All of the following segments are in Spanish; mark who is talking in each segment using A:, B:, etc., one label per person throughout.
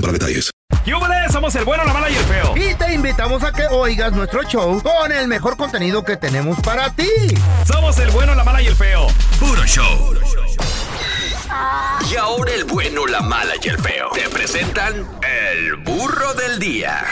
A: para detalles.
B: ¡Yúbales! Somos el bueno, la mala y el feo.
C: Y te invitamos a que oigas nuestro show con el mejor contenido que tenemos para ti.
B: Somos el bueno, la mala y el feo.
D: Puro show. Y ahora el bueno, la mala y el feo. Te presentan el burro del día.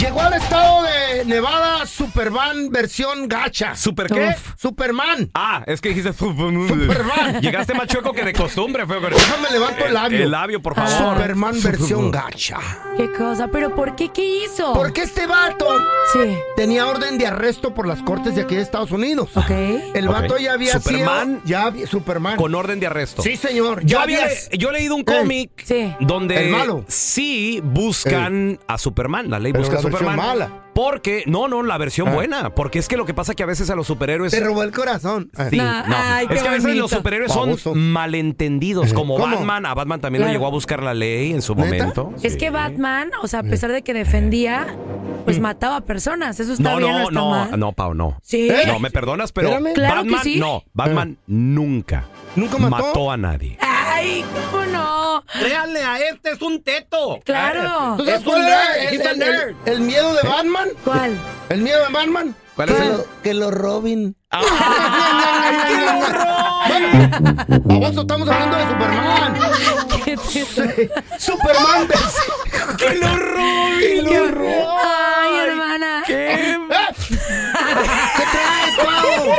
C: Llegó al estado de Nevada Superman versión gacha.
B: ¿Super qué?
C: Superman.
B: Ah, es que dijiste
C: Superman.
B: Llegaste más chueco que de costumbre, feo.
C: Déjame levanto el labio.
B: El labio, por favor.
C: Superman versión gacha.
E: ¿Qué cosa? ¿Pero por qué? ¿Qué hizo?
C: Porque este vato
E: Sí.
C: tenía orden de arresto por las cortes de aquí de Estados Unidos.
E: Ok.
C: El vato
B: Ok.
C: ya había
B: Superman.
C: sido. Ya había- Superman.
B: Con orden de arresto.
C: Sí, señor.
B: Yo,
C: Ya
B: había,
C: había.
B: yo he leído un cómic
E: Sí.
B: donde
C: El malo.
B: sí buscan a Superman, la ley
C: Pero
B: busca a
C: la versión
B: Superman.
C: mala.
B: Porque, no, no, la versión buena. Porque es que lo que pasa es que a veces a los superhéroes.
C: Te robó el corazón.
B: Sí,
E: Nah,
B: no.
E: ay,
B: es
E: qué
B: que a veces
E: bonito.
B: los superhéroes son
C: Baboso.
B: malentendidos, como
C: ¿Cómo?
B: Batman. A Batman también lo
E: Claro.
B: llegó a buscar la ley en su
C: ¿Neta?
B: momento.
E: Es
B: Sí. Mm.
E: que Batman, o sea, a pesar de que defendía, pues mataba a personas. Eso está
B: No,
E: bien, no,
B: no,
E: está
B: no,
E: mal.
B: no, Pau, no.
E: Sí.
C: ¿Eh?
B: No, me perdonas, pero
C: Espérame.
E: Claro que
B: Batman,
E: sí.
B: no, Batman nunca,
C: ¿Nunca mató?
B: a nadie.
E: Ay, ¿cómo no?
B: Créanle a este, es un teto.
E: Claro.
C: ¿Tú sabes
B: Es
C: cuál
B: un
C: era
B: nerd,
C: el,
B: es un
C: el-
B: nerd.
C: el miedo de Batman?
E: ¿Cuál?
C: ¿El miedo de Batman?
B: ¿Cuál es
C: que
B: el-
C: Lo, que lo robin.
B: Ah,
C: bueno, abajo estamos hablando de Superman.
E: ¿Qué te-
C: Superman versión.
B: ¡Que lo roben!
E: Ay, hermana.
C: ¡Eh! ¿Qué traes, Pau?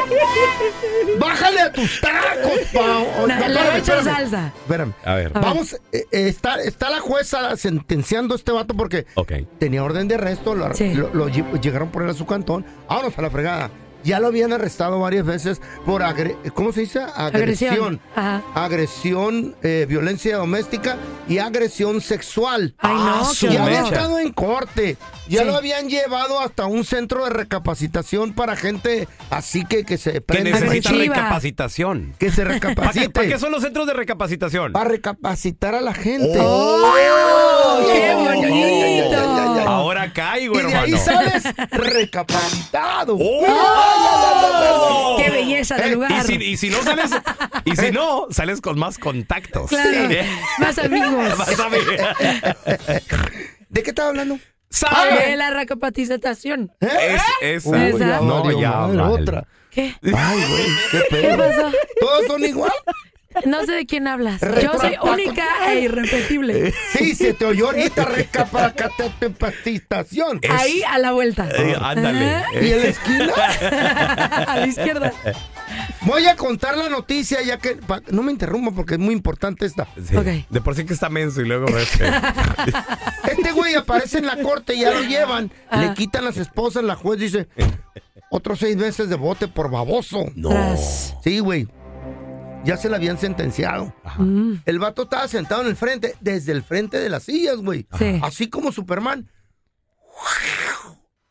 C: Bájale a tus tacos, Pau. Oye,
E: Na-
C: espérame,
E: Le voy a echar
C: espérame.
E: salsa.
C: Espérame.
B: A ver,
E: ver.
C: Vamos, eh, eh, está, está la jueza sentenciando a este vato porque
B: ok.
C: tenía orden de arresto, lo,
E: Sí.
C: lo- lo lle- llegaron por él a su cantón, vámonos a la fregada. Ya lo habían arrestado varias veces por, agre- ¿cómo se dice? Agresión.
E: Agresión. Ajá.
C: Agresión, eh, violencia doméstica y agresión sexual.
E: Ay, no,
B: Ah,
E: qué
B: su
C: Ya había
B: mecha.
E: horror.
C: estado en corte, ya
E: Sí.
C: lo habían llevado hasta un centro de recapacitación para gente así que, que se
B: Que
C: prende,
B: necesita
E: agresiva.
B: recapacitación.
C: que se
B: ¿Para qué,
C: recapacite.
B: para qué son los centros de recapacitación?
C: Para recapacitar a la gente.
E: ¡Qué
B: Oh,
E: bonito!
B: Ahora caigo,
C: y de ahí
B: hermano.
C: sales recapacitado.
B: ¡Oh!
E: ¡Qué belleza de
B: Y
E: lugar!
B: si, y si no sales, y si no, sales con más contactos.
E: Claro. Más amigos.
B: Vas a ver.
C: ¿De qué estaba hablando?
E: De
B: ¿Sabe?
E: la recapacitación.
B: Es esa.
C: Uy,
E: Esa.
C: ya
B: Ah, No,
C: valió
B: ya.
C: madre,
B: vale.
C: otra.
E: ¿Qué?
C: Ay, güey, qué
E: ¿Qué
C: pedo.
E: pasó?
C: ¿Todos son igual?
E: No sé de quién hablas. Yo soy
C: Retrataco-
E: única e irrepetible.
C: Sí, se te oyó ahorita recapacitación.
E: Ahí a la vuelta.
B: Eh, ándale.
E: Ajá.
C: ¿Y en la esquina?
E: a la izquierda.
C: Voy a contar la noticia ya que... pa- no me interrumpa porque es muy importante esta.
B: Sí.
E: Ok.
B: De por sí que está menso y luego ves que-
C: Este güey aparece en la corte, ya
E: Ah.
C: lo llevan, le quitan las esposas, la juez dice, otros seis meses de bote por baboso.
E: Tras.
C: Sí, güey. Ya se la habían sentenciado.
E: Mm.
C: El vato estaba sentado en el frente, desde el frente de las sillas, güey.
E: Sí.
C: Así como Superman.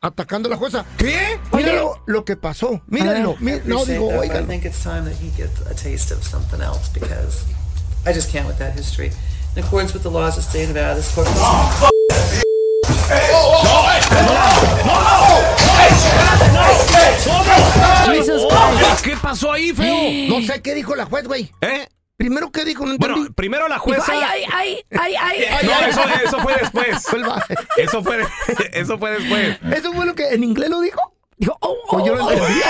C: Atacando a la jueza.
B: ¿Qué?
C: Míralo lo que pasó. Mírenlo.
E: Ah.
C: mí- no, digo, oigan.
F: think it's time that he gets a taste of something else because I just can't with that history. In accordance with the laws of the state of Nevada, this court.
B: ¿Qué pasó ahí, feo?
C: No sé qué dijo la juez, güey.
B: ¿Eh?
C: Primero qué dijo, no entendí.
B: Bueno, primero la jueza.
E: Dijo, ay, ay, ay, ay, ay.
B: No,
E: ay,
B: eso,
E: ay.
B: eso fue después. Eso fue, eso fue después.
C: ¿Eso fue lo que en inglés lo dijo?
E: Dijo, oh,
C: O Pues yo lo entendí.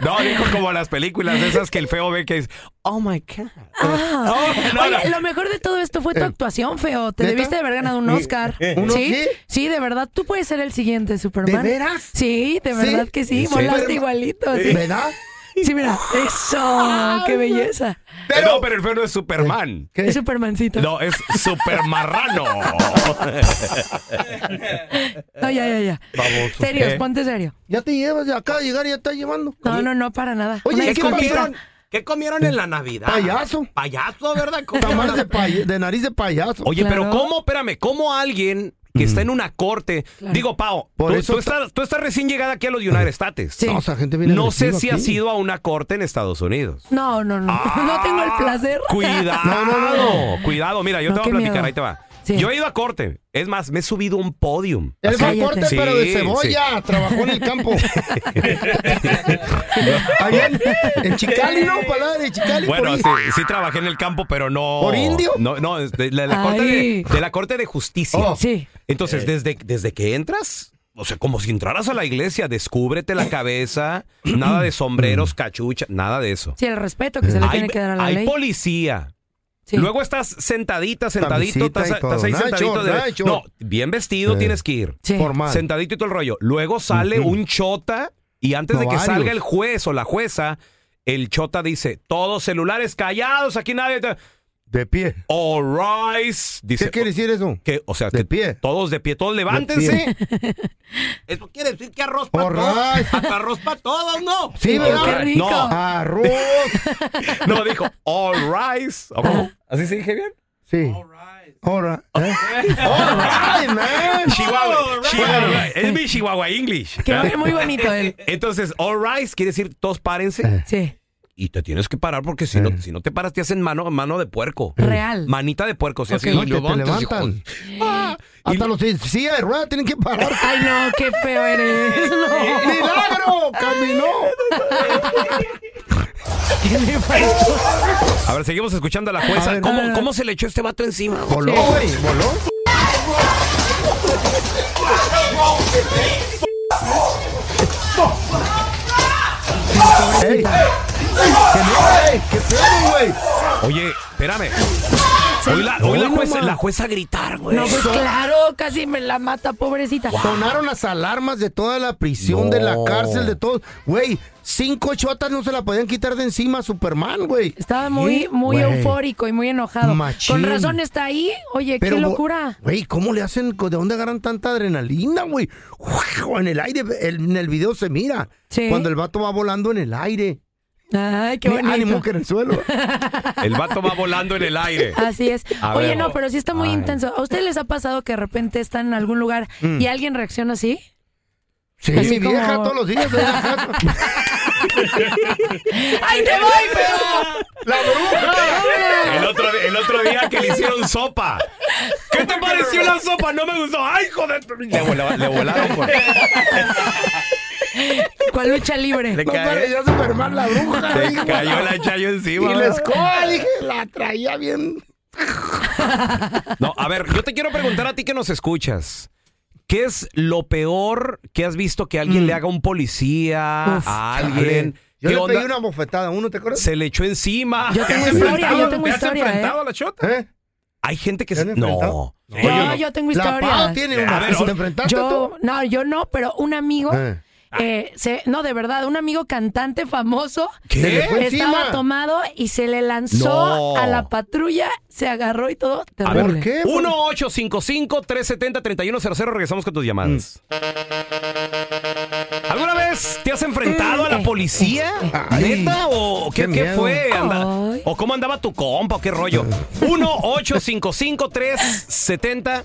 B: No, dijo como las películas esas que el feo ve que es, oh my God. Oh,
E: Ah.
B: No, no,
E: Oye,
B: no.
E: lo mejor de todo esto fue tu actuación, feo. Te
B: ¿Neta?
E: debiste de haber ganado un Oscar.
C: ¿Uno
E: ¿Sí?
C: qué?
E: Sí, de verdad. Tú puedes ser el siguiente Superman.
C: ¿De veras?
E: Sí, de
C: ¿Sí?
E: verdad que sí.
C: ¿En serio?
E: Volaste igualito. Sí.
C: ¿Verdad?
E: Sí, mira. Eso. qué belleza.
B: Pero, Eh, no, pero el feo no es Superman.
E: Es Supermancito.
C: Eh.
B: No, es Supermarrano.
E: No, ya, ya, ya.
B: Vamos.
E: Serios, ponte serio.
C: Ya te llevas, ya acaba de llegar y ya estás llevando.
E: No, no, no, para nada.
C: Oye,
E: Una
C: ¿y qué
E: disculpita.
C: comieron?
B: ¿Qué comieron en la Navidad?
C: Payaso.
B: Payaso, ¿verdad?
C: Tamales de, pay- de nariz de payaso.
B: Oye, pero
E: Claro.
B: ¿cómo? Espérame, ¿cómo alguien que está en una corte? Digo, Pau,
C: Por
B: tú,
C: eso
B: tú
C: está-
B: estás, tú estás recién llegada aquí a los United States.
E: Sí.
C: No, o sea, gente viene
B: No sé
C: agresiva aquí.
B: si has ido a una corte en Estados Unidos.
E: No, no, no. no tengo el placer.
B: Ah. Cuidado,
C: No, no, no,
B: cuidado. Mira, yo
E: No,
B: te voy
E: qué
B: a platicar,
E: miedo.
B: ahí te va.
E: Sí.
B: Yo he ido a corte. Es más, me he subido a un podium.
C: Es
E: Cállate.
C: corte,
B: Sí,
C: pero de
B: sí.
C: cebolla. Trabajó en el campo. Allá en, en Chicali, ¿no? Palabra de Chicali.
B: Bueno,
C: por
B: sí, sí trabajé en el campo, pero no.
C: ¿Por indio?
B: No, no, es de la, la
E: Ay.
B: corte de, de la corte de justicia.
C: Oh.
E: Sí.
B: Entonces, desde, desde que entras, o sea, como si entraras a la iglesia, descúbrete la cabeza, nada de sombreros, cachucha, nada de eso.
E: Mm. Sí, el respeto que se le
B: hay
E: tiene que dar a la
B: hay
E: ley.
B: policía.
E: Sí.
B: Luego estás sentadita, sentadito,
C: Camisita
B: estás,
C: y todo.
B: estás ahí
C: Nacho,
B: sentadito. de-
C: Nacho.
B: No, bien vestido
C: Eh.
B: tienes que ir.
E: Sí.
C: Formal.
B: Sentadito y todo el rollo. Luego sale un chota y antes
C: No,
B: de que
C: varios.
B: salga el juez o la jueza, el chota dice, todos celulares callados, aquí nadie... te-".
C: De pie.
B: All rise. Dice,
C: ¿Qué quiere decir eso?
B: que, o sea,
C: De
B: que
C: pie.
B: todos de pie, todos levántense. Eso quiere decir que arroz pa'
C: All right.
B: hasta arroz para todos, ¿no?
C: Sí, ¿verdad?
E: qué rico.
B: No,
C: Arroz.
B: no, dijo, all rise. ¿O cómo? ¿Así se dije bien?
C: Sí. Ahora. ¿eh? All right, man.
B: Chihuahua. Chihuahua. Es mi Chihuahua English.
E: Que hable muy bonito él.
B: Entonces, all rise quiere decir todos
C: Eh.
B: párense.
E: Sí.
B: Y te tienes que parar porque si, no, si no te paras te hacen mano, mano de puerco.
E: Real.
B: Manita de puerco. Si
E: Ok.
B: así
E: No,
B: no,
C: Que te
B: levantas, hijo. Ah.
C: levantan. Hasta los de silla de ruedas tienen que parar.
E: Ay, no, qué feo eres. No.
C: ¡Milagro! ¡Caminó!
B: A ver, seguimos escuchando a la jueza.
C: A ver,
B: ¿Cómo,
E: a ver.
B: ¿Cómo se le echó este vato encima?
C: Voló, güey. Voló. ¡Ey! ¡Que no, ey! ¡Qué pedo, güey!
B: Oye, espérame. Hoy la, hoy la jueza, la jueza a gritar, güey.
E: No, pues claro, casi me la mata, pobrecita.
C: Sonaron las alarmas de toda la prisión,
B: No.
C: de la cárcel, de todo. Güey, cinco chotas no se la podían quitar de encima a Superman, güey.
E: Estaba muy, muy
C: Güey.
E: eufórico y muy enojado.
C: Machín.
E: Con razón está ahí. Oye, qué
C: bo-
E: locura.
C: Güey, ¿cómo le hacen? co- ¿De dónde agarran tanta adrenalina, güey? Ujua, En el aire, el- en el video se mira.
E: Sí.
C: Cuando el vato va volando en el aire.
E: Ay, qué
C: Ni
E: bonito.
C: ánimo que en el suelo.
B: El vato va volando en el aire.
E: Así es.
B: A
E: Oye,
B: ver.
E: no, pero sí está muy intenso. ¿A ustedes les ha pasado que de repente están en algún lugar y alguien reacciona así?
C: Sí,
E: Así
C: mi vieja
E: como-
C: todos los días. ahí en la casa.
E: ¡Ay, te voy, feo!
C: ¡La bruja!
B: El otro, el otro día que le hicieron sopa. ¿Qué te pareció la sopa? No me gustó. ¡Ay, joder! Le, vola- le volaron por.
E: ¿Cuál lucha libre?
B: Le
C: No parecía Superman, la bruja.
B: Te
C: digo.
B: cayó la chayo
C: Y
B: encima.
C: la escoba, dije, la traía bien.
B: No, a ver, yo te quiero preguntar a ti que nos escuchas. ¿Qué es lo peor que has visto que alguien le haga a un policía,
E: Mm. Uf,
B: a alguien?
C: Yo
B: ¿Qué
C: le
B: onda?
C: pedí una bofetada a uno, ¿te acuerdas?
B: Se le echó encima.
E: Yo
B: ¿Te
E: tengo
B: has
E: historia,
B: enfrentado-
E: yo tengo
B: te has
E: historia,
B: enfrentado a la chota?
C: ¿Eh?
B: Hay gente que
C: ¿Te
B: se...
C: han enfrentado?
B: No.
E: No,
B: Oye,
E: yo tengo
C: La Pau
E: historias.
C: tiene
B: A
C: una.
B: ver,
C: ¿Te
B: o-
C: enfrentaste
E: Yo,
C: tú?
E: no, yo no, pero un amigo,
C: Eh.
E: eh, se- no, de verdad, un amigo cantante famoso
B: ¿Qué?
C: Se le fue
E: estaba
C: encima.
E: tomado y se le lanzó
B: No.
E: a la patrulla, se agarró y todo.
B: A
E: Terrible.
B: ver,
C: ¿Por qué?
B: 1-855-370-3100. Regresamos con tus llamadas. ¿Alguna vez te has enfrentado a
E: Eh,
B: la policía?
C: Ay,
B: ¿Neta? ¿O qué,
C: qué
B: qué
C: miedo.
B: fue? Anda-
E: Ay.
B: ¿O cómo andaba tu compa? ¿O qué rollo? 1-855-370-3100.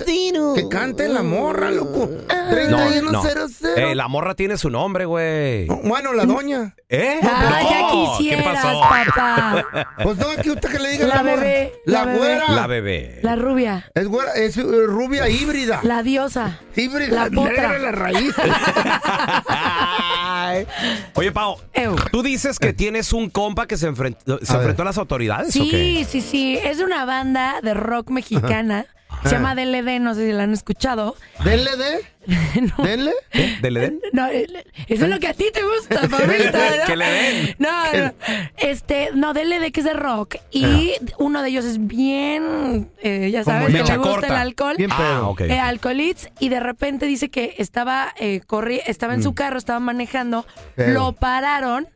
C: 3100. Que cante la morra, loco.
E: Ah.
C: 3100.
B: Eh, la morra tiene su nombre, güey.
C: Bueno, la doña.
B: ¿Eh?
E: Ay, Ah, ya
B: No, ¿Qué
E: quisieras,
B: pasó?
E: papá.
C: Pues no, que usted que le diga
E: La
C: morra.
E: bebé,
C: La
E: la bebé.
C: güera.
B: La bebé.
E: La rubia,
C: Es güera, es eh, rubia híbrida.
E: la diosa.
C: híbrida,
E: la potra.
C: negra la raíz.
B: Oye, Pau,
E: Eu.
B: tú dices que tienes un compa que se, enfrentó, se
C: A ver.
B: enfrentó a las autoridades, ¿o qué?
E: Sí, sí, sí. Es de una banda de rock mexicana. Se llama DLD, no sé si la han escuchado.
C: Denle de. Denle.
B: ¿Eh? ¿Del Edén?
E: No, el- eso es lo que a ti te gusta, Pablito. ¿no?
B: Que le den.
E: No, no, este, no, DLD que es de rock. Y uno de ellos es bien, eh, ya
B: Como
E: sabes, que
B: mecha
E: le gusta
B: corta.
E: el alcohol.
C: Bien pedo.
B: Ah, ok.
E: Eh, alcoholitz y de repente dice que estaba eh, corri- estaba en su carro, estaba manejando,
C: Mm. Feo.
E: lo pararon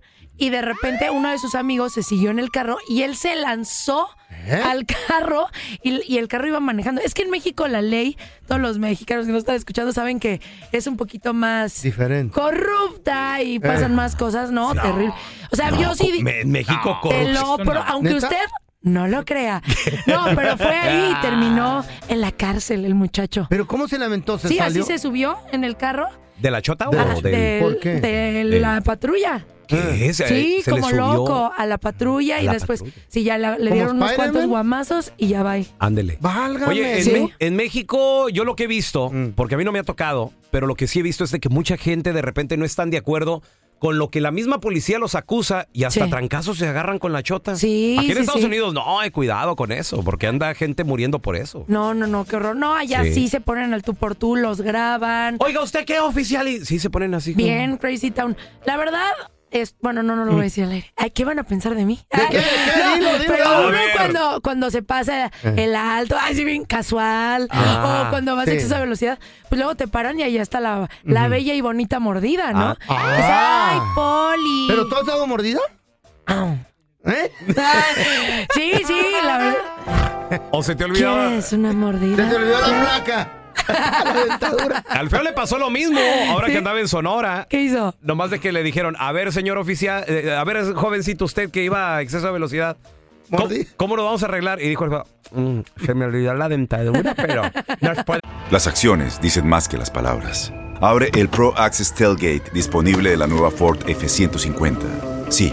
E: y de repente uno de sus amigos se siguió en el carro y él se lanzó
C: ¿Eh?
E: al carro y, y el carro iba manejando. Es que en México la ley, todos los mexicanos que nos están escuchando saben que es un poquito más
C: Diferente.
E: corrupta y pasan
C: Eh.
E: más cosas, ¿no? Terrible. O sea, yo sí di-
B: Me- en México
E: te
B: corrupción.
E: lo pro- aunque
C: ¿Neta?
E: usted no lo crea. No, pero fue ahí y terminó en la cárcel el muchacho.
C: Pero ¿cómo se lamentó? ¿Se
E: Sí,
C: salió?
E: así se subió en el carro
B: ¿De la chota
C: De-
B: o
E: ah,
B: del...?
E: del-
C: ¿Por qué?
E: de
B: Del-
E: la patrulla.
B: ¿Qué? ¿Se-
E: Sí,
B: se le
E: como
B: subió?
E: loco, a la patrulla y
B: la
E: después,
B: patrulla.
E: sí, ya la- le
C: ¿Como
E: dieron unos
C: Spider-Man?
E: cuantos guamazos y ya va. ahí.
B: Ándele.
C: Válgame.
B: Oye, en,
E: Sí.
B: Me- en México yo lo que he visto, porque a mí no me ha tocado, pero lo que sí he visto es de que mucha gente de repente no están de acuerdo con lo que la misma policía los acusa y hasta
E: Sí.
B: trancazos se agarran con la chota.
E: Sí,
B: Aquí en
E: sí,
B: Estados
E: sí.
B: Unidos, no, eh, cuidado con eso, porque anda gente muriendo por eso.
E: No, no, no, qué horror. No, allá
B: Sí.
E: sí, se ponen al tú por tú, los graban.
B: Oiga, ¿usted qué oficial? Y sí se ponen así. como-
E: Bien, Crazy Town. La verdad. Es, bueno, no, no lo voy a decir al aire. Ay, ¿qué van a pensar de mí? Ay,
C: qué? Mm. ¿De qué?
E: no,
C: Dilo, dilo. A Eh.
E: Pero uno
B: ver.
E: cuando, cuando se pasa el alto, ay, sí, bien casual,
B: Ah,
E: o cuando vas
C: sí.
E: a exceso de velocidad, pues luego te paran y ahí está la, la bella y bonita mordida, ¿no?
C: Ah.
E: Es, ay,
C: Ah.
E: Poli.
C: ¿Pero tú has dado mordida? ¿Eh?
E: Ay, sí, sí, la verdad.
B: O se te olvidaba.
E: ¿Quieres una
C: Se
E: mordida?
C: te olvidó la placa. la dentadura.
B: Al feo le pasó lo mismo, ahora que andaba en Sonora.
E: ¿Qué hizo?
B: Nomás de que le dijeron, a ver, señor oficial, eh, a ver, jovencito, usted que iba a exceso de velocidad, ¿cómo,
C: Mordí.
B: cómo lo vamos a arreglar? Y dijo, el feo, "Mm, se me olvidó la dentadura, pero no es por-".
G: Las acciones dicen más que las palabras. Abre el Pro Access Tailgate disponible de la nueva Ford F-150. Sí,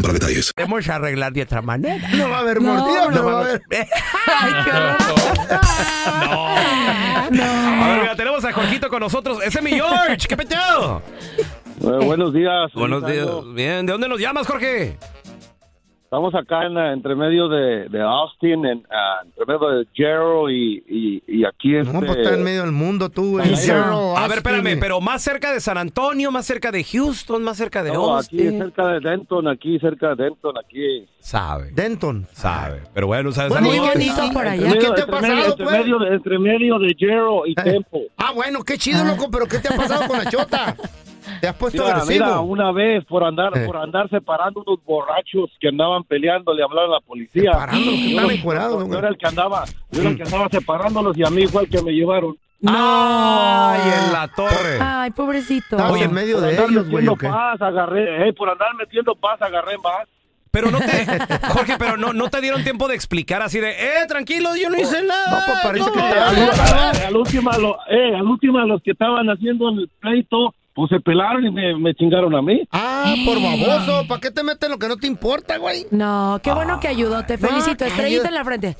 A: para detalles.
B: Podemos arreglar de otra manera.
C: No va a haber
E: No,
C: mordida, no
E: no.
C: va a haber.
E: Ay, qué horror. No.
B: A ver, oiga, tenemos a Jorgito con nosotros. Ese es mi George, ¿qué peteado?
H: Eh, buenos días.
B: Buenos días. Bien, ¿de dónde nos llamas, Jorge?
H: Estamos acá en eh, entre medio de, de Austin, en, ah, entre medio de Gerald y, y, y aquí este...
C: No, pues está en medio del mundo tú, güey.
E: Ahí
C: Gerald
B: A ver,
C: Austin,
B: espérame,
C: güey.
B: pero más cerca de San Antonio, más cerca de Houston, más cerca de
H: No, aquí
B: Austin.
H: cerca de Denton, aquí cerca de Denton, aquí.
B: Sabe,
C: Denton.
B: sabe. Pero bueno, sabes.
C: Bueno,
E: Muy
C: no,
E: bonito
C: sí,
E: por
C: entre
E: allá.
C: medio- te ha
H: entre
C: pasado,
H: medio- entre,
C: pues?
H: medio de, entre medio de Gerald y Tempo.
C: Ah, bueno, qué chido, loco, pero ¿qué te ha pasado con la chota? ¿Te has puesto
H: Mira,
C: agresivo?
H: mira, una vez por andar
C: Eh.
H: por andar separando unos borrachos que andaban peleando, le hablaron a la policía.
C: Separándolos, que estaban encuerados,
H: Yo
C: güey.
H: era el que andaba, yo era el que andaba separándolos y a mí fue el que me llevaron.
B: No. Ay, en la torre.
E: Ay, pobrecito.
C: Estás en medio de ellos, güey. ¿o qué?
H: Paz, agarré, eh, por andar metiendo paz, agarré en paz.
B: Pero no te, Jorge, pero no, no te dieron tiempo de explicar así de, eh, tranquilo, yo no hice nada. No, pues parece que
H: Al último, eh, al último, los que estaban haciendo el pleito, pues se pelaron y me, me chingaron a mí.
C: Ah, por baboso, ¿para qué te meten lo que no te importa, güey?
E: No, qué bueno que ayudó. Te felicito. Estrellita en la frente.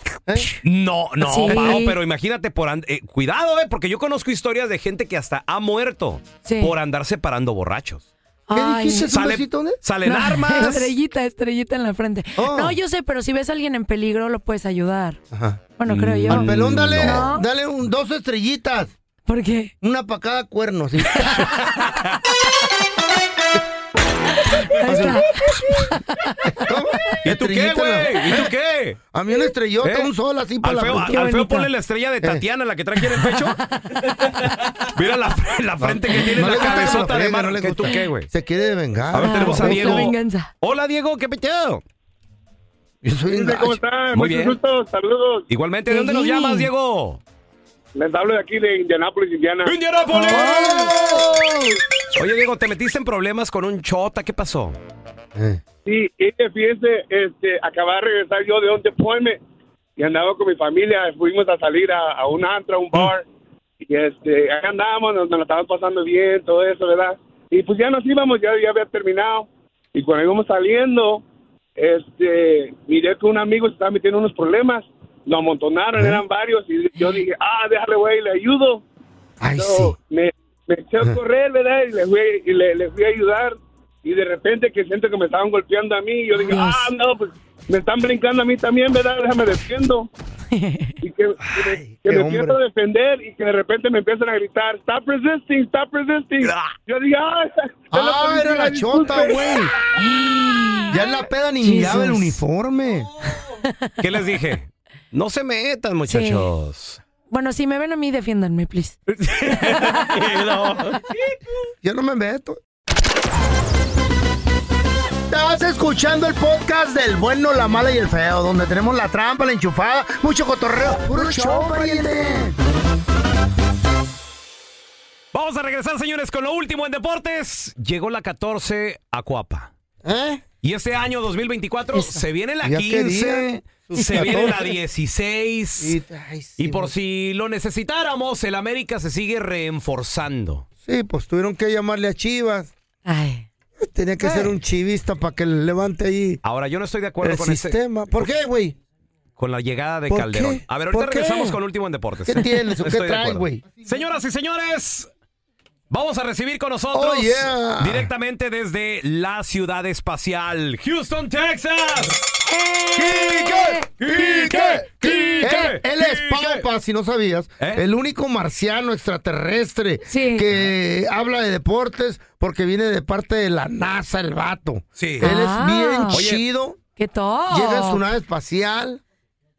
B: No, no,
E: Sí.
B: Pao, pero imagínate por and- eh, cuidado, eh, porque yo conozco historias de gente que hasta ha muerto
E: Sí.
B: por andar separando borrachos.
C: ¿Qué
E: Ay,
C: dijiste?
E: no.
B: Sale- salen
E: No,
B: armas.
E: Estrellita, estrellita en la frente. No, yo sé, pero si ves a alguien en peligro, lo puedes ayudar. Bueno, creo yo.
H: Mm,
C: Al pelón, dale,
E: No.
C: dale un, dos estrellitas.
E: ¿Por qué?
C: Una para cada cuerno, sí.
E: Ahí está.
B: ¿Y tú qué, güey? ¿Y tú qué?
C: A mí una estrellota,
B: ¿Eh?
C: un sol así para
B: Al
C: la
B: feo,
C: frente.
B: al feo ponle la estrella
C: Eh.
B: de Tatiana, la que trae aquí en el pecho. Mira la, fre- la frente que tiene,
C: no le
B: la
C: gusta,
B: cabezota
C: eh, no
B: de
C: le
B: mar.
C: gusta. Ah,
B: ¿Qué tú qué, güey?
C: Se quiere vengar.
B: A ver, tenemos a
C: Baboso.
B: Diego. Hola, Diego, ¿qué peteado?
C: Yo soy un
H: ¿Cómo
C: gacho.
H: están? Muchos
B: Muy bien.
H: gustos, Eh, saludos.
B: Igualmente, ¿de dónde nos llamas, Diego?
H: Les hablo de aquí, de Indianápolis, Indiana.
B: ¡Indianápolis! Oye, Diego, te metiste en problemas con un chota. ¿Qué pasó?
C: Eh.
H: Sí, y que fíjense, este, acababa de regresar yo de un deployment y andaba con mi familia, fuimos a salir a, a un antro, a
C: Mm.
H: un bar, y este, ahí andábamos, nos, nos la estaban pasando bien, todo eso, ¿verdad? Y pues ya nos íbamos, ya, ya había terminado, y cuando íbamos saliendo, este, miré que un amigo se estaba metiendo en unos problemas, lo amontonaron, eran varios, y yo dije, ah, déjale, güey, le ayudo.
C: Ay,
H: me, me eché a correr, ¿verdad? Y le fui, y le, le fui a ayudar. Y de repente que siento que me estaban golpeando a mí. Y yo dije, ah, no, pues me están brincando a mí también, ¿verdad? Déjame defiendo. Y que, que me- que
C: qué
H: me
C: hombre.
H: empiezo a defender y que de repente me empiezan a gritar, stop resisting, stop resisting. Yo dije, ah, es la
C: Ah, era
H: policía,
C: la chota,
H: disculpe".
C: güey. Ya en la peda ni miraba el uniforme.
B: ¿Qué les dije? No se metan, muchachos.
E: Bueno, si me ven a mí, defiéndanme, please.
C: Yo no me meto. Estás escuchando el podcast del bueno, la mala y el feo, donde tenemos la trampa, la enchufada, mucho cotorreo. ¡Puro show, pariente!
B: Vamos a regresar, señores, con lo último en deportes. Llegó la 14 a Cuapa.
C: ¿Eh?
B: Y este año 2024 se viene la
C: ¿Ya qué
B: 15,
C: día?
B: se viene la
C: 14.
B: 16. Y, por si lo necesitáramos, el América se sigue reforzando.
C: Sí, pues tuvieron que llamarle a Chivas.
E: Ay.
C: Tenía que ser un chivista para que le levante ahí
B: Ahora, yo no estoy de Eh. acuerdo
C: el
B: con este-
C: sistema. ¿Por qué, güey?
B: con la llegada de
C: ¿Por
B: Calderón.
C: qué?
B: A ver,
C: ¿Por
B: ahorita
C: qué?
B: regresamos con Último en Deportes.
C: ¿Qué tienes o
B: No
C: qué
B: estoy de
C: traes,
B: acuerdo.
C: güey?
B: Señoras y señores, vamos a recibir con nosotros
C: Oh, yeah.
B: directamente desde la ciudad espacial, Houston, Texas.
C: Eh.
B: Eh,
C: Él, él es Paupa, si no sabías.
B: Eh.
C: El único marciano extraterrestre que
B: Ah.
C: habla de deportes porque viene de parte de la NASA, el vato.
B: Sí. Oh.
C: Él
E: Ah.
C: es bien
E: Oye,
C: chido.
E: ¡Qué todo!
C: Llega en su nave espacial.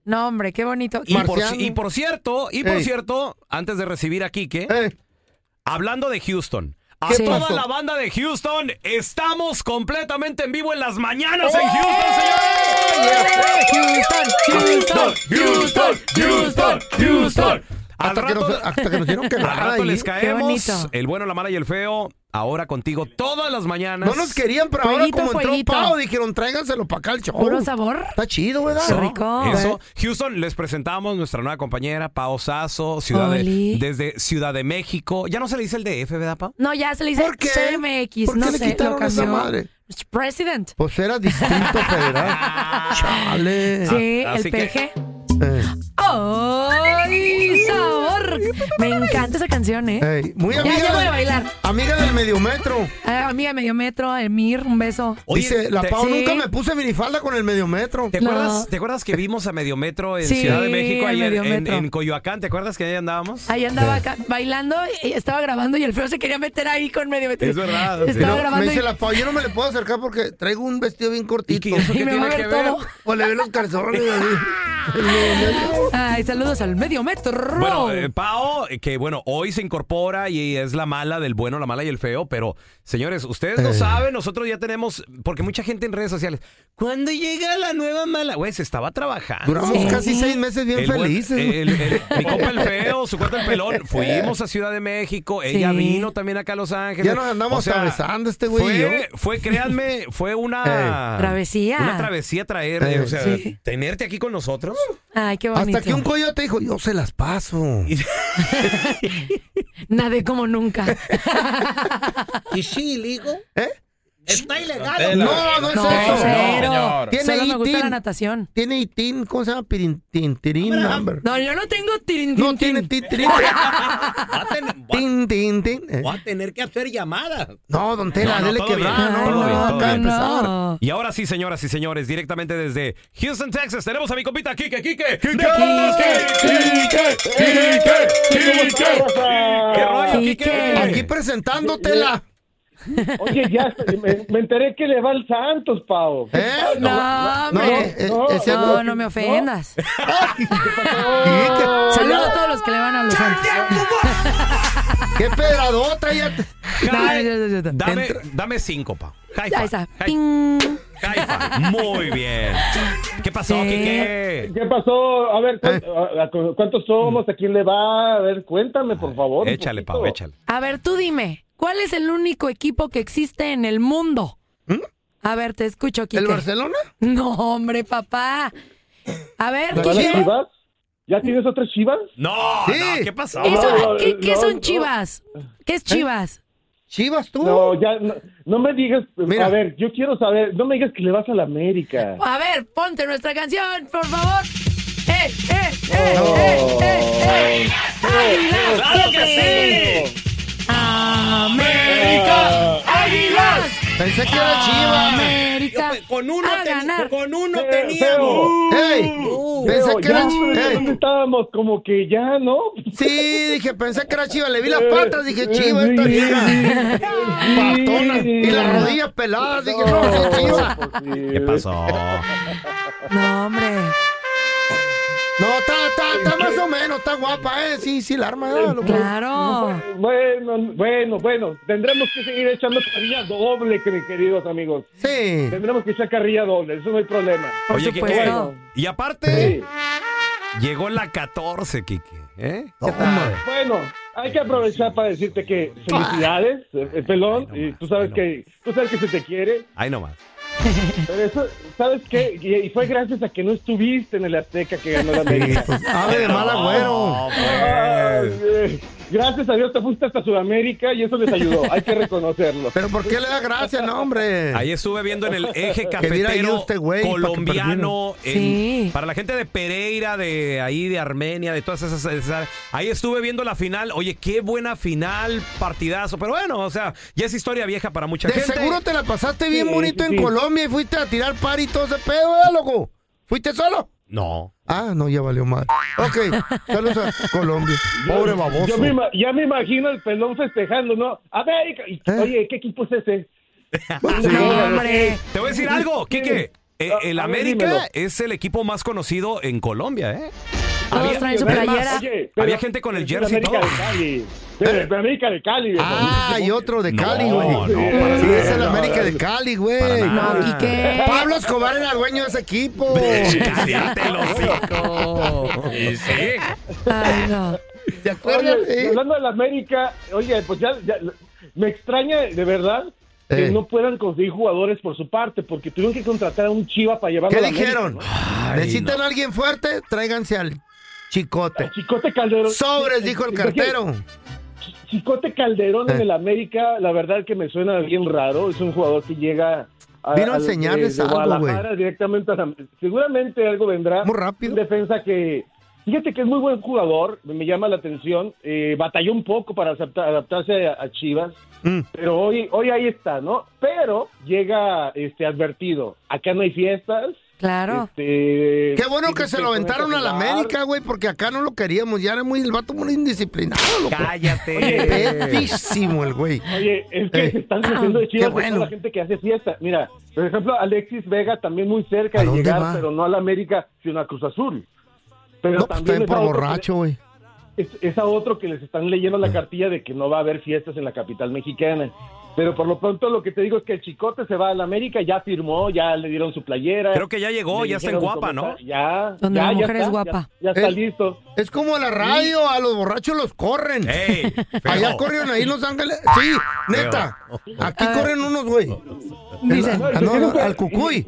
E: No, hombre, qué bonito.
B: Y por,
E: Marciano.
B: y por cierto, y por
E: Ey.
B: cierto, antes de recibir a Quique,
C: Eh,
B: hablando de Houston. A
C: ¿Qué
B: toda
C: pasó?
B: la banda de Houston, estamos completamente en vivo en las mañanas
C: ¡Eh!
B: en Houston, señores. Houston, Houston, Houston, Houston. Al
C: Hasta que,
B: rato-
C: nos, hasta que nos dieron
B: al
C: quebrada
B: rato
C: ahí.
B: les caemos. El bueno, la mala y el feo. Ahora contigo todas las mañanas.
C: No nos querían, pero ahora
B: Fueguito,
C: como
B: fueguito.
C: entró Pau, dijeron tráiganselo para acá al show.
E: Puro sabor.
C: Está chido, ¿verdad?
B: Eso, Eso. Houston, les presentamos nuestra nueva compañera, Pao Sasso, ciudad de-
E: Oli.
B: desde Ciudad de México. Ya no se le dice el DF, ¿verdad, Pao?
E: No, ya se le dice CMX.
C: ¿Por qué
E: no
C: le
E: sé,
C: quitaron
E: lo
C: esa
E: cambió.
C: madre?
E: President.
C: Pues era distinto federal. Chale.
E: Sí,
C: Ah,
E: el
C: así que-
E: peje.
C: Eh.
E: ¡Ay, sabor! Me encanta esa canción, ¿eh?
C: Ey, muy
E: Ya,
C: amiga
E: Ya, voy
C: de-
E: a bailar.
C: Amiga del mediometro.
E: Eh, amiga medio metro, Emir, un beso.
C: Dice, la Pau
E: Sí.
C: nunca me puse minifalda con el mediometro.
B: ¿Te acuerdas, ¿Te acuerdas que vimos a Mediometro en
E: Sí,
B: Ciudad de México
E: a
B: ayer en,
E: Mediometro.
B: en Coyoacán? ¿Te acuerdas que ahí andábamos?
E: Ahí andaba acá bailando, y estaba grabando y el feo se quería meter ahí con medio metro.
B: Es verdad.
E: Estaba
C: No,
E: grabando.
C: me dice
E: y-
C: la Pau, yo no me le puedo acercar porque traigo un vestido bien cortito.
E: eso Y qué me va a tiene ver que ver? todo.
C: Pues le ve los calzones. así. El mediometro.
E: Ay, Ay, saludos al medio metro.
B: Bueno, eh, Pao, eh, que bueno, hoy se incorpora y es la mala del bueno, la mala y el feo, pero señores, ustedes no
I: Eh.
B: saben, nosotros ya tenemos, porque mucha gente en redes sociales, ¿cuándo llega la nueva mala? Güey, se estaba trabajando.
C: Duramos casi seis meses bien
B: El buen-
C: felices.
E: eh,
B: el- el- mi compa el feo, su cuarto el pelón, fuimos a Ciudad de México, ella
C: Sí.
B: vino también acá a Los Ángeles.
C: Ya nos andamos atravesando este güey y
B: Fue,
C: yo.
B: fue, créanme, fue una...
C: Ey.
E: Travesía.
B: Una travesía traer, eh,
C: Ey.
B: o sea,
C: Sí.
B: tenerte aquí con nosotros.
E: Ay, qué bonito.
C: Hasta que un coyote dijo, yo se las paso.
E: Nadé como nunca.
J: ¿Y sí, iligo?
C: ¿Eh?
J: Está ilegal.
C: No, no es
E: No,
C: eso.
E: cero.
C: No, Tiene
E: Solo me gusta
C: ITIN.
E: la natación.
C: Tiene ITIN, ¿cómo se llama? Pirin, tin, tirin number.
E: No, yo no tengo tirin,
C: No tiene tin, tirin. Tin, tin, tin. Eh.
J: Va a tener que hacer llamadas.
C: No, don Tela,
B: No, no,
C: dele
B: todo bien,
C: quebrada. No,
B: todo bien,
C: no,
B: todo
C: acaba de
B: bien.
C: empezar.
E: Oh.
B: Y ahora sí, señoras y señores, directamente desde Houston, Texas, tenemos a mi compita Kike, Kike. ¡Kike!
C: ¿Qué
B: rollo, eh.
C: Aquí presentándotela.
K: Oye, ya me, me enteré que le va al Santos, Pau.
C: ¿eh?
E: No,
K: no,
E: hombre. no,
K: no,
E: no,
K: no.
E: me ofendas. Saludos a todos los que le van a los Santos.
C: ¡Qué pedradota! Ya
E: Dale,
B: Dame, dame cinco, pa. High five.
E: Ahí está.
B: High-
E: Ping.
B: high five. Muy bien. ¿Qué pasó,
E: Sí.
B: Kike?
K: ¿Qué pasó? A ver,
C: eh,
K: ¿cuánto- a- a- cu- ¿cuántos somos? ¿A quién le va? A ver, cuéntame, por favor.
B: Échale, Pau, échale.
E: A ver, tú dime, ¿cuál es el único equipo que existe en el mundo?
K: ¿Mm?
E: A ver, te escucho, Kike.
C: ¿El Barcelona?
E: No, hombre, papá. A ver,
K: ¿Ya las
E: Kike.
K: chivas? ¿Ya tienes otras chivas?
B: No,
K: no,
B: ¿qué pasó?
E: Eso- ¿qué, qué son chivas? ¿Qué es chivas?
C: ¿Chivas tú?
K: No, ¿Eh? ya, no, no me digas. A
B: Eh.
K: ver, yo quiero saber. No me digas que le vas a la América.
E: Pues, A ver, ponte nuestra canción, por favor. ¡Eh, eh, eh,
K: Oh.
E: eh, eh, eh! ¡Águilas!
K: ¡Claro que
E: siempre! ¡América! ¡Águilas!
C: Pensé que era Chivas.
E: ¡América!
J: Con uno,
E: a ganar.
J: con uno
K: Feo,
J: teníamos.
K: feo.
C: ¡Ey!
K: Uh,
C: pensé
K: feo,
C: que era
K: ya,
C: Chivas.
K: ¿Dónde estábamos? Como que ya, ¿no?
C: Sí, dije, pensé que era Chivas. Le vi las patas, dije, Chivas, esta vieja. Patona. Y las rodillas peladas, dije, no, sí, es Chivas.
B: ¿Qué pasó?
E: No, hombre.
C: No, está, está, está más o menos, está guapa, ¿eh? Sí, sí, la arma. ¿eh? Lo-
E: Claro.
K: Bueno, bueno, bueno. Tendremos que seguir echando carrilla doble, que- queridos amigos.
C: Sí.
K: Tendremos que echar carrilla doble. Eso no hay problema.
B: Oye, Kike. Y aparte, llegó la 14, Kike. ¿eh? ¿Qué tal?
K: Bueno, hay que aprovechar para decirte que felicidades,
B: Ah.
K: eh, eh, pelón. y tú sabes que tú sabes que se te quiere.
B: Ahí nomás.
K: Pero eso, ¿sabes qué? Y, y fue gracias a que no estuviste en el Azteca que ganó la América.
C: Hable de mal agüero.
K: Eh, Gracias a Dios te fuiste hasta Sudamérica y eso les ayudó. Hay que reconocerlo.
C: Pero ¿por qué le da gracias, no, hombre?
B: Ahí estuve viendo en el eje
C: Que diera ahí
B: cafetero
C: usted, güey, pa' que
B: colombiano.
C: perdimos.
B: en-
C: Sí.
B: Para la gente de Pereira, de ahí, de Armenia, de todas esas, esas- Ahí estuve viendo la final. Oye, qué buena final, partidazo. Pero bueno, o sea, ya es historia vieja para mucha
C: De
B: gente.
C: seguro te la pasaste bien
B: Sí,
C: bonito
B: sí.
C: en Colombia y fuiste a tirar par y todo ese pedo, ¿eh, loco? ¿Fuiste solo?
B: No.
C: Ah, no, ya valió mal. Ok, saludos a Colombia. Pobre baboso.
K: Yo me ima- ya me imagino el pelón festejando, ¿no? América. Y,
C: Eh.
K: Oye, ¿qué equipo es ese?
E: hombre.
B: Te voy a decir algo, Kike. Eh, el
K: a ver, dímelo.
B: América es el equipo más conocido en Colombia, ¿eh?
E: Todos
B: Había-
E: traen su
B: es más,
E: playera.
K: Oye, pero-
B: había gente con el
K: es el
B: jersey y todo.
K: América de Cali.
C: Eh.
K: Pero el América de Cali. viejo.
C: Ah, y otro de Cali, güey.
B: no, para
C: sí,
B: nada.
C: es el América de Cali, güey.
B: Para nada. No, ¿y qué?
C: Pablo Escobar era dueño de ese equipo.
B: Cállate, el hocico. Y sí.
E: Ay, no.
C: ¿Te acuerdas?
K: Oye, y hablando de la América, oye, pues ya, ya- me extraña de verdad que
C: Eh.
K: no puedan conseguir jugadores por su parte, porque tuvieron que contratar a un Chiva para llevarlo
C: ¿Qué
K: a la
C: dijeron?
K: América, ¿no?
C: ¿Necesitan a alguien fuerte? Tráiganse al Chicote.
K: Chicote Calderón.
C: Sobres, dijo el cartero.
K: Chicote Calderón en
C: Eh.
K: el América, la verdad que me suena bien raro. Es un jugador que llega a,
C: Vino a
K: al-
C: enseñarles
K: de- de
C: algo, güey.
K: Guadalajara directamente a la- Seguramente algo vendrá. Muy rápido. Un defensa que. Fíjate que es muy buen jugador, me llama la atención. eh, batalló un poco para acepta- adaptarse a, a Chivas, pero hoy, hoy ahí está, ¿no? Pero llega este advertido. Acá no hay fiestas.
E: Claro.
K: este,
C: Qué bueno que se lo
K: tienes
C: aventaron a la
K: jugar.
C: América, güey, porque acá no lo queríamos. Ya era muy el vato muy indisciplinado, loco.
B: Cállate.
C: Pedísimo el güey.
K: Oye, es que
C: Eh,
K: se están haciendo de chivas
C: qué
K: de toda
C: bueno.
K: la gente que hace fiesta. Mira, por ejemplo, Alexis Vega también muy cerca de
C: dónde
K: llegar,
C: va?
K: pero no a la América, sino a Cruz Azul. Pero
C: No, pues está
K: también
C: bien
K: es a
C: por
K: otro que
C: borracho, güey.
K: es, es a otro que les están leyendo la cartilla de que no va a haber fiestas en la capital mexicana. Pero por lo pronto lo que te digo es que el Chicote se va a la América, ya firmó, ya le dieron su playera.
B: Creo que ya llegó,
K: Le
B: ya está en
K: dijeron
B: Guapa,
K: cómo
B: ¿no?
K: está, Ya.
B: Donde
K: ya,
B: la
K: ya
B: mujer es
K: está,
B: guapa.
K: Ya, ya está
C: Eh,
K: listo.
C: Es como la radio, a los borrachos los corren. Allá corren ahí en Los Ángeles. Sí, neta. Aquí
K: Ah.
C: corren unos, güey.
K: Dicen.
C: Ah, no, no, al cucuy.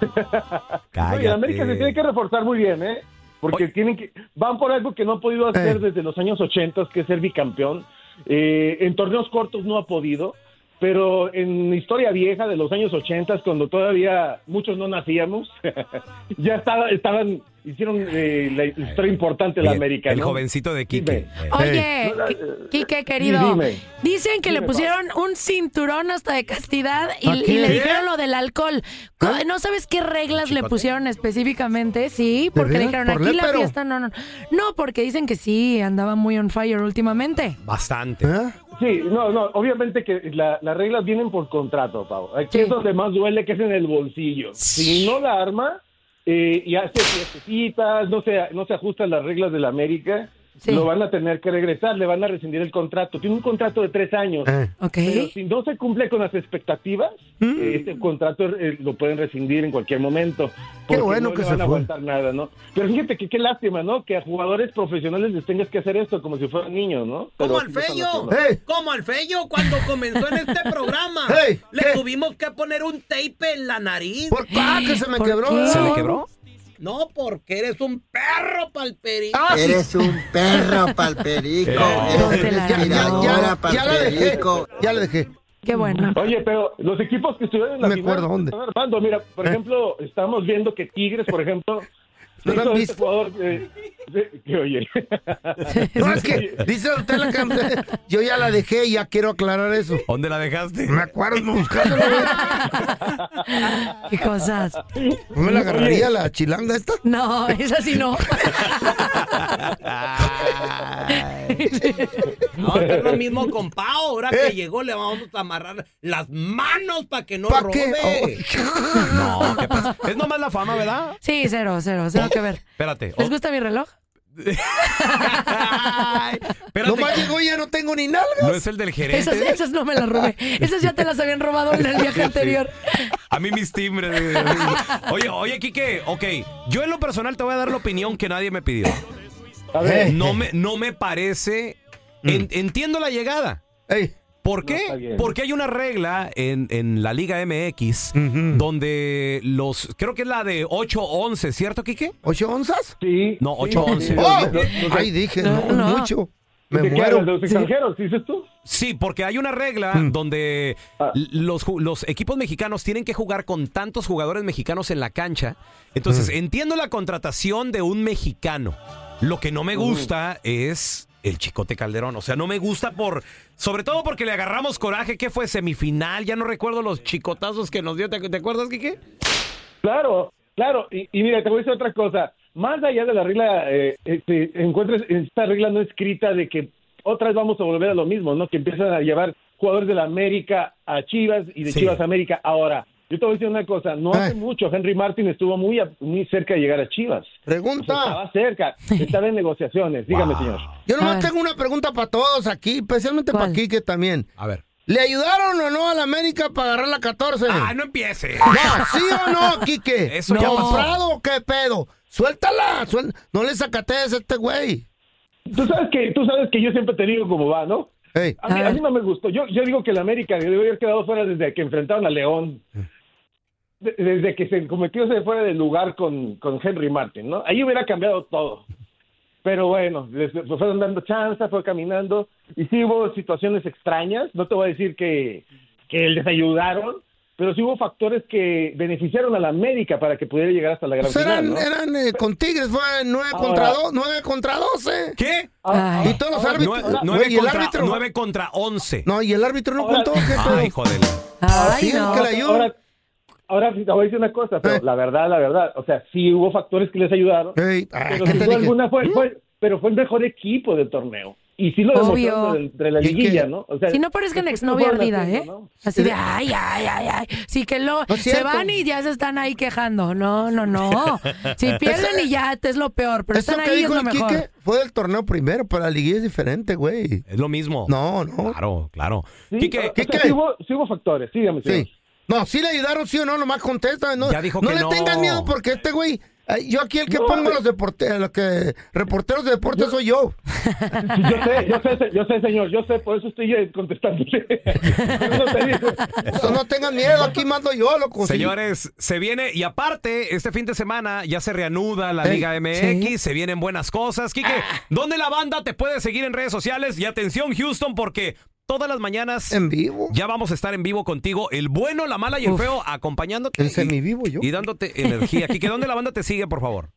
K: No, y en América se tiene que reforzar muy bien, ¿eh? Porque tienen que van por algo que no ha podido hacer desde los años 80, que es ser bicampeón. Eh, en torneos cortos no ha podido, pero en historia vieja de los años 80, cuando todavía muchos no nacíamos, ya estaba- estaban hicieron eh, la historia importante de la América.
B: El
K: ¿no?
B: jovencito de Quique.
K: Eh,
E: Oye,
K: No, la- eh,
E: Qui- Quique, querido.
K: Dime.
E: Dicen que le
K: Dime,
E: pusieron un cinturón hasta de castidad y,
K: ¿A
E: y
K: quién?
E: le
K: ¿Qué?
E: dijeron lo del alcohol. Co- ¿No sabes qué reglas le
K: ¿Chicote?
E: pusieron específicamente?
K: ¿De
E: Sí, porque le
K: veras?
E: dijeron
K: ¿Por
E: aquí la
K: lépero?
E: fiesta no, no. No, porque dicen que sí, andaba muy on fire últimamente.
B: Bastante.
K: Sí, no, no, obviamente que la- las reglas vienen por contrato, Pau. Aquí es donde más duele, que es en el bolsillo. Si no la arma eh, y hace fiestecitas, no se, no se ajustan las reglas de la América, lo van a tener que regresar, le van a rescindir el contrato. Tiene un contrato de tres años. Pero si no se cumple con las expectativas,
E: Mm.
K: eh, este contrato eh, lo pueden rescindir en cualquier momento. porque
C: bueno
K: no
C: que
K: le
C: se
K: van a
C: fue.
K: aguantar nada, ¿no? Pero fíjate que qué lástima, ¿no? Que a jugadores profesionales les tengas que hacer esto como si fueran niños, ¿no?
J: Como
K: Pero
J: al
K: así lo están
J: Fello,
K: haciendo.
J: como al Fello cuando comenzó en este programa.
K: Hey,
J: le
K: ¿qué?
J: tuvimos que poner un tape en la nariz.
C: ¿Por qué? Ah, que se me quebró. ¿Se le quebró?
J: No, porque eres un perro palperico.
I: Eres un perro palperico.
C: Eh.
I: Eres una tiradora
C: Ya la dejé.
I: palperico.
C: Ya la dejé.
E: Qué bueno.
K: Oye, pero los equipos que estuvieron en la
C: Me
K: final
C: acuerdo, ¿dónde?
K: están armando. Mira, por ejemplo, estamos viendo que Tigres, por ejemplo,
C: ¿No lo
K: hizo
C: han
K: este
C: visto?
K: jugador, eh, de- que oye. este
C: No, es que dice usted la canción. Yo ya la dejé y ya quiero aclarar eso.
B: ¿Dónde la dejaste?
C: Me acuerdo buscándola.
E: Qué cosas.
C: ¿No me la agarraría la chilanga esta?
E: No, esa sí no.
J: No, es lo mismo con Pau. Ahora que
C: Eh.
J: llegó, le vamos a amarrar las manos para que no
C: ¿Pa'
J: robe.
C: qué? Oh,
B: No, ¿qué pasa? Es nomás la fama, ¿verdad?
E: Sí, cero, cero, cero que ver.
B: Espérate. Oh,
E: ¿Les gusta mi reloj?
B: Espérate.
C: Nomás llegó y ya no tengo ni nalgas.
B: ¿No es el del gerente?
E: Esas, esas no me las robé. Esas ya te las habían robado en el
B: Eh, Sí,
E: viaje
B: sí.
E: anterior.
B: A mí mis timbres. Oye, oye, Quique, ok. Yo en lo personal te voy a dar la opinión que nadie me pidió. Eh,
K: A ver. Mm.
B: No me, no me parece. en- entiendo la llegada. ¿Por
K: está
B: qué?
K: bien.
B: Porque hay una regla en, en la Liga MX donde los. Creo que es la de 8-11, ¿cierto, Quique?
C: ¿Ocho onzas?
K: Sí.
B: No,
C: sí,
B: 8-11.
C: sí, sí. Oh, ay, dije, no,
B: no.
C: mucho. Me
B: ¿De qué
C: muero.
B: hablas? ¿De los
C: Sí.
B: extranjeros?
K: dices tú?
B: Sí, porque hay una regla
C: Hmm.
B: donde l- los, ju- los equipos mexicanos tienen que jugar con tantos jugadores mexicanos en la cancha. Entonces,
C: Hmm.
B: entiendo la contratación de un mexicano. Lo que no me gusta es el Chicote Calderón. O sea, no me gusta por... Sobre todo porque le agarramos coraje. que fue? Semifinal. Ya no recuerdo los chicotazos que nos dio. ¿Te, te acuerdas, Quique?
C: Hmm.
K: Claro, claro. Y, y mira, te voy a decir otra cosa. Más allá de la regla, eh, eh, te encuentres esta regla no escrita de que otra vez vamos a volver a lo mismo, ¿no? Que empiezan a llevar jugadores de la América a Chivas y de
L: Sí.
K: Chivas a América. Ahora, yo te voy a decir una cosa. No hace mucho Henry Martin estuvo muy, a- muy cerca de llegar a Chivas.
C: Pregunta.
K: estaba cerca. Estaba en negociaciones. Dígame, señor.
C: Yo nomás tengo una pregunta para todos aquí, especialmente para Quique también.
B: A ver.
C: ¿Le ayudaron o no a la América para agarrar la 14?
B: Ah, no empieces.
C: No, ¿sí o no, Quique?
B: Eso ya pasó.
C: ¿Comprado o qué pedo? Suéltala, suel- no le sacatees a este güey.
K: Tú sabes que, tú sabes que yo siempre te digo cómo va, ¿no? A, mí,
C: A
K: a mí no me gustó. Yo, yo digo que la América debe haber quedado fuera desde que enfrentaron a León. De- desde que se cometió ese fuera de lugar con, con Henry Martin, ¿no? Ahí hubiera cambiado todo. Pero bueno, les, les fueron dando chance, fue caminando. Y sí hubo situaciones extrañas. No te voy a decir que, que les ayudaron, pero sí hubo factores que beneficiaron a la América para que pudiera llegar hasta la gran
C: Pues eran,
K: final, ¿no?
C: eran eh, con Tigres, fue 9
K: Ahora-
C: contra 2, 9 contra 12.
B: ¿Qué?
C: y todos los
B: Ahora,
C: árbitros.
B: nueve- nueve
C: Güey, ¿y el
B: contra-
C: árbitro.
B: nueve contra 11.
C: No, y el árbitro no contó. ¿qué pedo?
B: Ay, joder.
K: Ah,
C: Así es que la ayuda.
K: Ahora, ahora sí te voy a decir una cosa, pero la verdad, la verdad, o sea, sí hubo factores que les ayudaron,
C: ah,
K: pero
C: ¿qué
K: sin
C: te
K: duda
C: dije?
K: alguna fue, fue- pero fue el mejor equipo del torneo. Y sí lo
E: Obvio.
K: demostró entre la
E: Y es
K: liguilla,
E: que-
K: ¿no? O sea,
E: si no parezcan
K: después
E: exnovia
K: fueron
E: ardida,
K: haciendo,
E: ¿eh?
K: ¿no?
E: Así de, ay, ay, ay, ay. Sí que lo,
K: es
E: se
K: cierto.
E: van y ya se están ahí quejando. No, no, no. Si pierden y ya te es lo peor, pero
C: Eso
E: están
C: que
E: ahí es
C: dijo
E: lo
C: el
E: mejor.
C: Quique fue del torneo primero, pero la liguilla es diferente, güey.
B: Es lo mismo.
C: No, no.
B: Claro, claro.
K: Sí, o sea, sí hubo, sí hubo factores, sí, dígame, señor.
C: No, sí le ayudaron, sí o no, nomás contesta. No,
K: Ya dijo
C: no
K: que
C: le
K: no.
C: tengan miedo porque este güey, eh, yo aquí el que
K: No,
C: pongo
K: eh.
C: los, deporte, a los que reporteros de deportes soy yo.
K: Sí, Yo sé, yo sé, yo sé, señor, yo sé, por eso estoy eh, contestándole.
C: Eso no tengan miedo, aquí mando yo, loco. sí.
B: Señores, se viene, y aparte, este fin de semana ya se reanuda la
C: Eh,
B: Liga MX, se vienen buenas cosas. Quique, ¿dónde la banda te puede seguir en redes sociales? Y atención, Houston, porque todas las mañanas.
C: En vivo.
B: Ya vamos a estar en vivo contigo, el bueno, la mala y el
C: Em. Uf.
B: feo, acompañándote.
C: En
B: y-
C: semivivo yo.
B: Y dándote energía. Quique, ¿dónde la banda te sigue, por favor?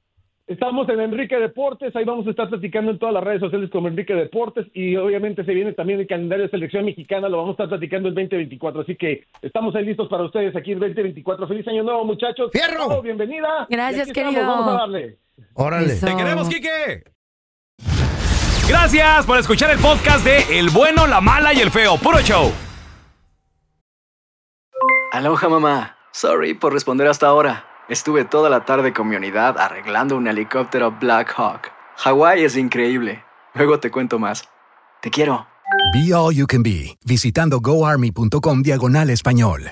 K: Estamos en Enrique Deportes, ahí vamos a estar platicando en todas las redes sociales como Enrique Deportes y obviamente se viene también el calendario de selección mexicana, lo vamos a estar platicando el 2024, así que estamos ahí listos para ustedes aquí el 2024. Feliz año nuevo, muchachos. ¡Fierro! bienvenida.
E: Gracias,
K: Y aquí estamos,
E: querido.
K: Vamos a darle.
C: Órale.
B: Te queremos, Quique. Gracias por escuchar el podcast de El bueno, la mala y el feo. Puro show.
L: Aloha mamá. Sorry por responder hasta ahora. Estuve toda la tarde con mi unidad arreglando un helicóptero Black Hawk. Hawái es increíble. Luego te cuento más. Te quiero.
M: Be All You Can Be, visitando goarmy.com diagonal español.